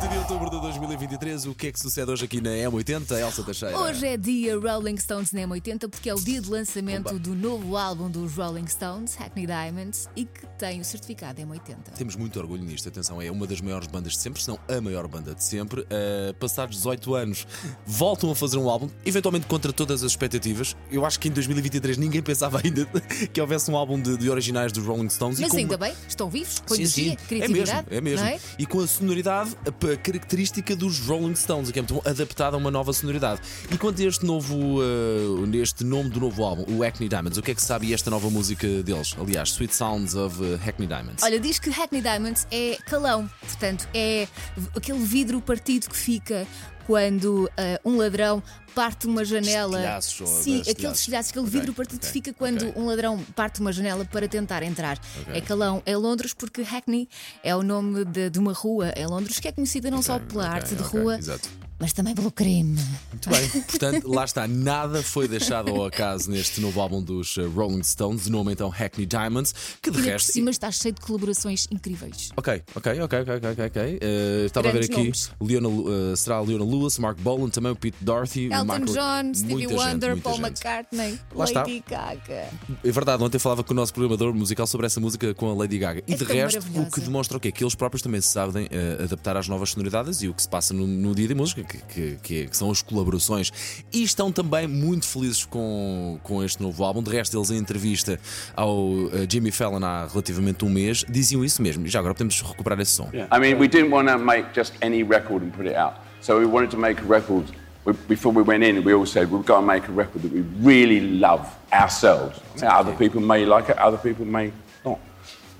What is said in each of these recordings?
20 de outubro de 2023, o que é que sucede hoje aqui na M80, Elsa Teixeira? Hoje é dia Rolling Stones na M80 porque é o dia de lançamento do novo álbum dos Rolling Stones, Hackney Diamonds, e que tem o certificado M80. Temos muito orgulho nisto, atenção, é uma das maiores bandas de sempre, se não a maior banda de sempre. Uh, passados 18 anos, voltam a fazer um álbum, eventualmente contra todas as expectativas. Eu acho que em 2023 ninguém pensava ainda que houvesse um álbum de, de originais dos Rolling Stones. Mas com ainda uma- bem, estão vivos, com Sim, energia, sim. criatividade. É mesmo, é mesmo. não é? E com a sonoridade a p- característica dos Rolling Stones, que é muito bom, adaptada a uma nova sonoridade. E quanto a este novo, eh, este nome do novo álbum, o Hackney Diamonds, o que é que sabe esta nova música deles? Aliás, Sweet Sounds of eh, Hackney Diamonds. Olha, diz que Hackney Diamonds é calão, portanto, é v- aquele vidro partido que fica quando ah, um ladrão parte uma janela. Estilhaços ou Sim, estilhaços. aqueles estilhaços, aquele Ok, vidro partido ok, que fica quando ok. um ladrão parte uma janela para tentar entrar. É calão em Londres, porque Hackney é o nome de, de uma rua em Londres que é conhecida não só Ok, pela ok, arte de ok, rua, exato. mas também pelo crime. Muito bem. Portanto, lá está. Nada foi deixado ao acaso neste novo álbum dos eh, Rolling Stones, de nome então Hackney Diamonds, que de E ainda por resto. cima está cheio de colaborações incríveis. Ok, ok, ok, ok, ok, ok. Eh, estava Grandes a ver aqui. nomes. Leona, Lu- eh, será Leona Lewis, Mark Bolan, também o Pete Dorothy, o Elton Michael, John, Stevie muita gente, Wonder, muita Paul gente. McCartney, Lá está. Lady Gaga. É verdade, ontem falava com o nosso programador musical sobre essa música com a Lady Gaga. E É de tão resto, o maravilhosa. que demonstra o quê? Que eles próprios também se sabem eh, adaptar às novas sonoridades e o que se passa no, no dia de música, que, que- que é- que são as colaborações. E estão também muito felizes com, com este novo álbum. De resto, eles em entrevista ao eh, Jimmy Fallon há relativamente um mês diziam isso mesmo. E já agora podemos recuperar esse som. I mean, we didn't want to make just any record and put it out. So we wanted to make a record. we- Before we went in, we all said we've got to make a record that we really love ourselves. Now, other people may like it, other people may not.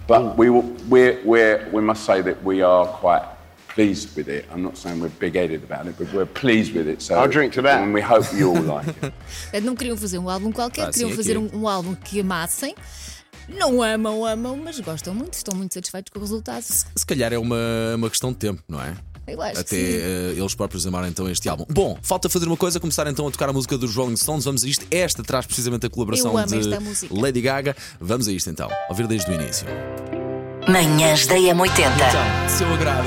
But we, will- we're, we're, we must say that we are quite pleased with it. I'm not saying we're big-headed about it, but we're pleased with it. So I'll drink to that. And we hope you all like it. Portanto, não queriam fazer um álbum qualquer, Ah, queriam sim, é fazer que- um, um álbum que amassem. Não amam, amam, mas gostam muito, estão muito satisfeitos com o resultado. Se calhar é uma, uma questão de tempo, não é? Eu acho Até que sim. eh, eles próprios amarem então este álbum. Bom, falta fazer uma coisa, começar então a tocar a música dos Rolling Stones. Vamos a isto. Esta traz precisamente a colaboração Eu amo de esta música. Lady Gaga. Vamos a isto então. Ouvir desde o início. Manhãs da M80. Então, de seu agrado.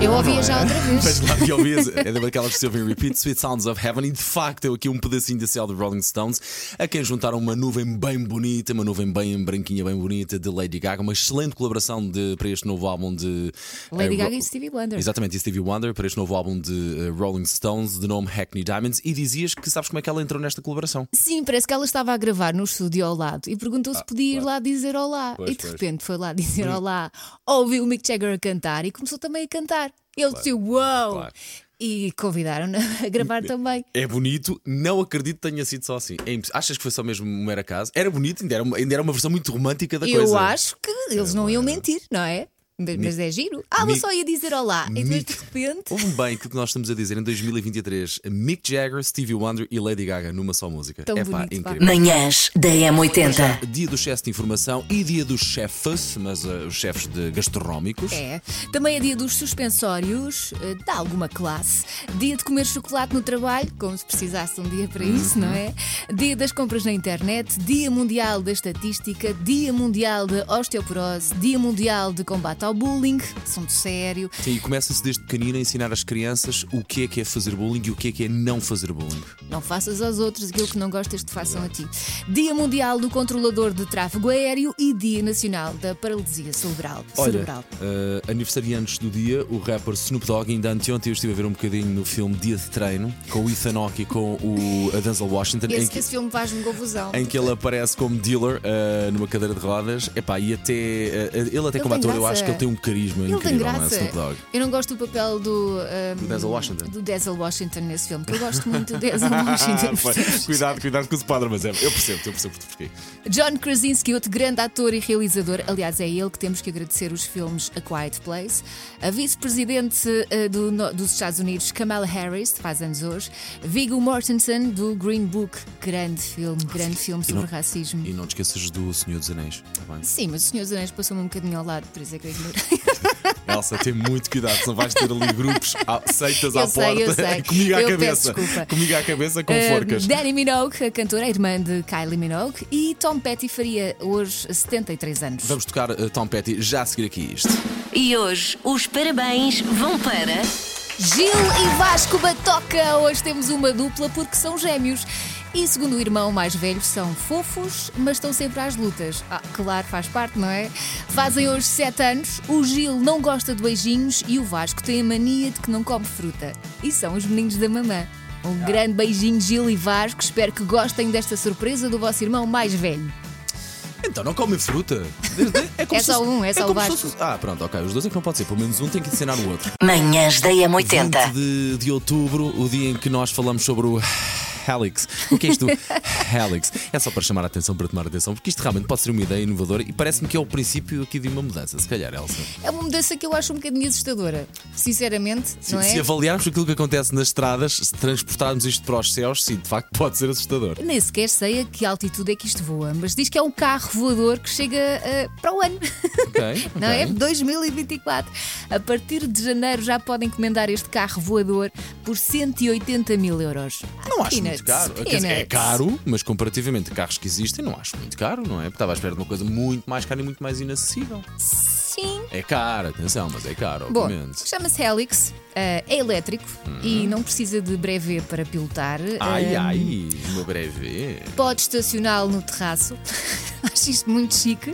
Eu ouvia já outra é? Mas vez. claro que ouvias, é daquelas que se ouvem em repeat, Sweet Sounds of Heaven, e de facto eu aqui um pedacinho da céu de Rolling Stones, a quem juntaram uma nuvem bem bonita, uma nuvem bem branquinha, bem bonita de Lady Gaga, uma excelente colaboração de, para este novo álbum de Lady eh, Gaga Ro- e Stevie Wonder. Exatamente, e Stevie Wonder para este novo álbum de eh, Rolling Stones, de nome Hackney Diamonds, e dizias que sabes como é que ela entrou nesta colaboração. Sim, parece que ela estava a gravar no estúdio ao lado e perguntou se podia ir lá dizer olá. Ah, Pois, e de pois. repente foi lá dizer olá, ouviu o Mick Jagger a cantar e começou também a cantar. Ele disse uau! claro. E convidaram-na a gravar também. É bonito, não acredito que tenha sido só assim. É imposs- Achas que foi só mesmo um mero acaso? Era bonito, ainda era, uma- ainda era uma versão muito romântica da Eu coisa. acho que eles não iam mentir, não é? Mas, mas é giro. Ah, ela Mick- só ia dizer olá. E depois de Mick- repente. Ouve-me um bem aquilo que nós estamos a dizer em 2023. Mick Jagger, Stevie Wonder e Lady Gaga numa só música. Tão é bonito, pá. incrível. Manhãs da M80. Dia do excesso de informação e dia dos chefes, mas eh, os chefes de gastronómicos. É. Também é dia dos suspensórios, eh, de alguma classe. Dia de comer chocolate no trabalho, como se precisasse de um dia para isso, não é? Dia das compras na internet, Dia Mundial da Estatística, Dia Mundial da Osteoporose, Dia Mundial de Combate ao Bullying, assunto sério. Sim, e começa-se desde pequenino a ensinar às crianças o que é que é fazer bullying e o que é que é não fazer bullying. Não faças aos outros aquilo que não gostas que façam a ti. Dia Mundial do Controlador de Tráfego Aéreo e Dia Nacional da Paralisia Cerebral. cerebral. eh, aniversariantes do dia, o rapper Snoop Dogg, ainda anteontem eu estive a ver um bocadinho no filme Dia de Treino, com o Ethan Hawke e com o a Denzel Washington. em Esse, que- é esse filme faz-me confusão. em que ele aparece como dealer ah, numa cadeira de rodas. Epá, e até. ah, ele até Ele como tem ator, eu graça. acho que ele tem um carisma Ele tem incrível, não é, graça. Snoop Dogg? Eu não gosto do papel do, um, Do Denzel Washington. do Denzel Washington nesse filme, porque eu gosto muito do Denzel Washington. percebes? cuidado, cuidado com o padre, mas é, eu percebo, eu percebo é. porquê. John Krasinski, outro grande ator e realizador, aliás, é a ele que temos que agradecer os filmes A Quiet Place. A vice-presidente eh, do no- dos Estados Unidos, Kamala Harris, faz anos hoje. Viggo Mortensen, do Green Book, grande filme, grande filme sobre não- racismo. E não te esqueças do Senhor dos Anéis, está bem? Sim, mas o Senhor dos Anéis passou-me um bocadinho ao lado, por isso é que eu Elsa, tem muito cuidado, senão vais ter ali grupos, ah, seitas Eu à sei, eu porta, sei. comigo à Eu peço cabeça, desculpa. comigo à cabeça com Uh, forcas. Dani Minogue, a cantora, a irmã de Kylie Minogue, e Tom Petty faria hoje 73 anos. Vamos tocar eh, Tom Petty já a seguir aqui isto. E hoje os parabéns vão para. Gil e Vasco Batoca! Hoje temos uma dupla porque são gêmeos. E segundo o irmão mais velho, são fofos, mas estão sempre às lutas. Ah, claro, faz parte, não é? Fazem hoje 7 anos, o Gil não gosta de beijinhos e o Vasco tem a mania de que não come fruta. E são os meninos da mamã. Um grande beijinho, Gil e Vasco. Espero que gostem desta surpresa do vosso irmão mais velho. Então não comem fruta. É, como É só um, é só o como Vasco. se fosse- Ah, pronto, ok. Os dois é que não pode ser. Pelo menos um tem que ensinar o outro. Manhãs da 20 M80. de, de outubro, o dia em que nós falamos sobre o Helix. O que é isto do Helix? É só para chamar a atenção, para tomar atenção, porque isto realmente pode ser uma ideia inovadora e parece-me que é o princípio aqui de uma mudança, se calhar, Elsa. É uma mudança que eu acho um bocadinho assustadora. Sinceramente, Se, não é? se avaliarmos aquilo que acontece nas estradas, se transportarmos isto para os céus, sim, de facto pode ser assustador. Nem sequer sei a que altitude é que isto voa, mas diz que é um carro voador que chega eh, para o ano. Ok, Não é? ok. 2024. A partir de janeiro já podem encomendar este carro voador por 180 mil euros. Não acho Peanuts, muito caro. Quer dizer, é peanuts. caro, mas comparativamente a carros que existem, não acho muito caro, não é? Estava à espera de uma coisa muito mais cara e muito mais inacessível. Sim. É caro, atenção, mas é caro, Bom, obviamente. chama-se Helix, eh, é elétrico e não precisa de brevê para pilotar. Hum. Ai, Eh, ai, uma breve. Pode estacioná-lo no terraço. Acho isto muito chique.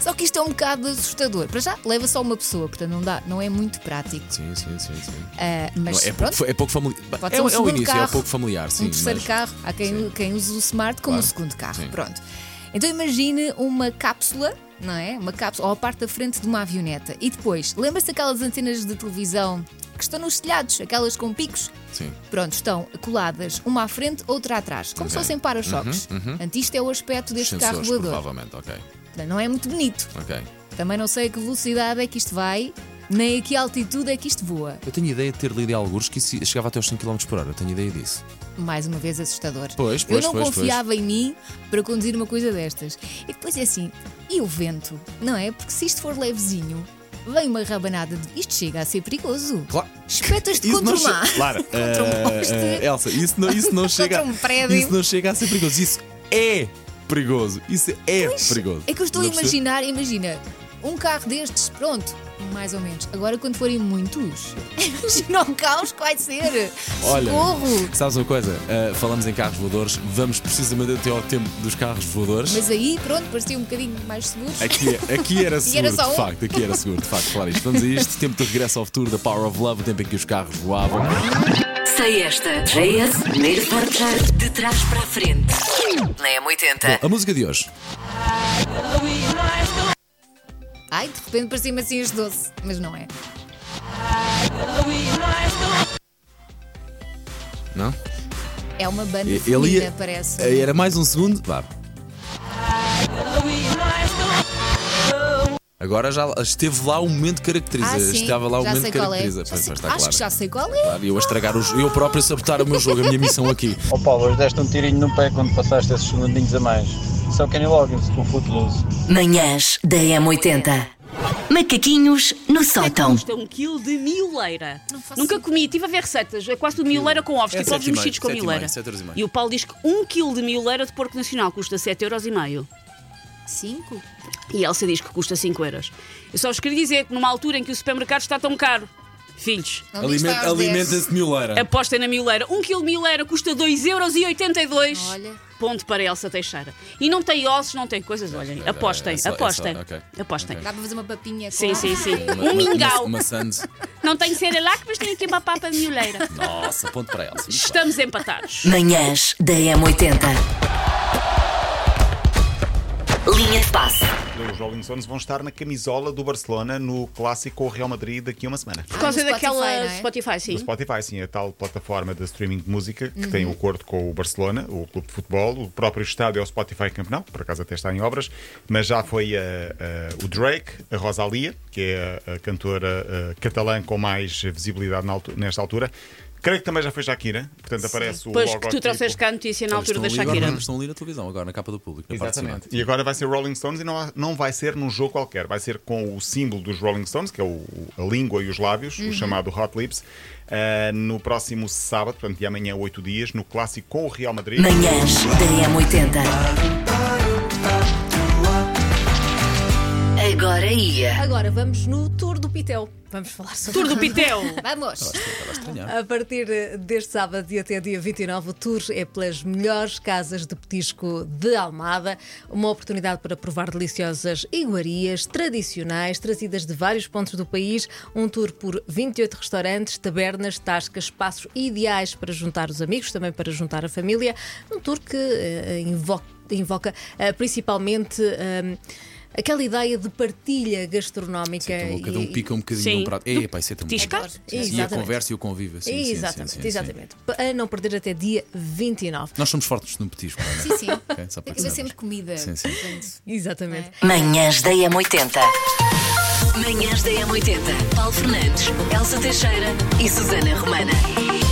Só que isto é um bocado assustador. Para já, leva só uma pessoa, portanto não, dá, não é muito prático. Sim, sim, sim, sim. Ah, mas Não, é, pronto, pouco, é pouco familiar. pode é, ser um o- é o segundo início, é carro, um pouco familiar, sim. um terceiro mas- carro. Há quem, quem usa o smart como Claro. o segundo carro. Sim. Pronto. Então imagine uma cápsula, não é? Uma cápsula, ou a parte da frente de uma avioneta. E depois, lembra-se daquelas antenas de televisão que estão nos telhados, aquelas com picos? Sim. Pronto, estão coladas uma à frente, outra atrás, como se Ok. Uhum, fossem para-choques. Portanto, isto é o aspecto Os deste carro sensores, voador. provavelmente, ok. Portanto, Não é muito bonito. Ok. Também não sei a que velocidade é que isto vai, nem a que altitude é que isto voa. Eu tenho ideia de ter lido em alguns que isso chegava até aos 100 km por hora, tenho ideia disso. mais uma vez assustador. Pois, eu pois, não pois, confiava em mim para conduzir uma coisa destas. E depois é assim, e o vento, não é? Porque se isto for levezinho, vem uma rabanada de. Isto chega a ser perigoso. Claro. Espetas-te contra não o mar. che- Claro, Contra um eh, poste. eh, Elsa, isso não, isso não chega. um prédio. Isso não chega a ser perigoso. Isso é perigoso. Isso é perigoso. É que eu estou a Não percebo? imaginar, imagina, um carro destes, pronto, mais ou menos. Agora, quando forem muitos, imagina o caos que vai ser. Olha, Socorro! sabes uma coisa? Eh, falamos em carros voadores, vamos precisamente até ao tempo dos carros voadores. Mas aí, pronto, parecia um bocadinho mais seguros. Aqui, é- aqui era seguro, era só um. de facto, aqui era seguro, de facto, claro isto. Vamos a isto, tempo de regresso ao futuro da Power of Love, o tempo em que os carros voavam. Sei esta. JS, primeiro portar de trás para a frente. Na M80. A música de hoje. Ai, de repente parecia-me assim as doce, mas não é. Não? É uma banda E- feminina, ia- parece. eh, Era mais um segundo. Vá. Agora já esteve lá o momento que caracteriza. Ah, sim, é, Estava lá o já momento sei que qual é. caracteriza. Já Pois, pois, sei- acho está claro. que já sei qual é. Claro, eu a estragar os, eu próprio a sabotar o meu jogo, a minha missão aqui. Ó Paulo, hoje deste um tirinho no pé quando passaste esses segundinhos a mais. Só Kenny Loggins com o Footloose. Manhãs da M80. Macaquinhos no sótão. Isto é um quilo de mioleira. faço Nunca comi, tive a ver receitas. É quase tudo mioleira com ovos, É tipo ovos sete e meio, mexidos com sete e meio, mioleira. sete euros e meio. E o Paulo diz que um quilo de mioleira de porco nacional custa 7,5 euros. E, meio. Cinco? e a Elsa diz que custa 5 euros. Eu só vos queria dizer que numa altura em que o supermercado está tão caro, filhos, Não diz que Aliment- está aos dez. Alimenta-se de mioleira. apostem na mioleira. Um quilo de mioleira custa 2,82 euros. Olha. Ponto para a Elsa Teixeira. E não tem ossos, não tem coisas, olhem. é, Apostem, é só- é só- apostem. ok, Apostem. Dá para fazer uma papinha com Sim, água? sim, sim. Uma- Um uma- mingau. Uma, uma sand. Não tenho Cerelac, mas tenho aqui é uma papa de mioleira. Nossa, ponto para ela. Estamos empatados. Manhãs da M80. Linha de passe. Os Rolling Stones vão estar na camisola do Barcelona no clássico ao Real Madrid daqui a uma semana. Por causa Ah, no Spotify, daquela não é? Spotify, sim. O Spotify, sim, é a tal plataforma de streaming de música que Uhum. tem o acordo com o Barcelona, o clube de futebol. O próprio estádio é o Spotify Campeonato, por acaso até está em obras, mas já foi eh, eh, o Drake, a Rosalia, que é a, a cantora eh, catalã com mais visibilidade na altu- nesta altura, Creio que também já foi Shakira, portanto aparece o Pois logo que tu trouxeste cá a notícia na altura da Shakira. Estão ali na televisão, agora na capa do público. Na parte de cima. Exatamente. E agora vai ser Rolling Stones e não, há- não vai ser num jogo qualquer, vai ser com o símbolo dos Rolling Stones, que é o- o- a língua e os lábios, o chamado Hot Lips, ah, no próximo sábado, portanto, de amanhã, oito dias, no clássico com o Real Madrid. Manhãs da M80. Agora ia. Agora vamos no Tour do Pitel. Vamos falar sobre Tour do Pitel! Vamos! A partir eh, deste sábado e até dia 29, o tour é pelas melhores casas de petisco de Almada. Uma oportunidade para provar deliciosas iguarias tradicionais trazidas de vários pontos do país. Um tour por 28 restaurantes, tabernas, tascas, espaços ideais para juntar os amigos, também para juntar a família. Um tour que eh, invo- invoca eh, principalmente. eh, Aquela ideia de partilha gastronómica. Então, cada um e- pica um bocadinho Sim. num prato. Ei, pá, isso é tão bom. Petiscar? E a Exatamente. conversa e o convívio. Sim, sim, sim, exatamente, sim, sim. exatamente. A não perder até dia 29. Nós somos fortes no petisco. não é? Sim, sim. Ok, só para que Eu saibas. é sempre comida. Sim, sim. portanto. Exatamente. Manhãs da M80. Manhãs da M80. Paulo Fernandes, Elsa Teixeira e Susana Romana.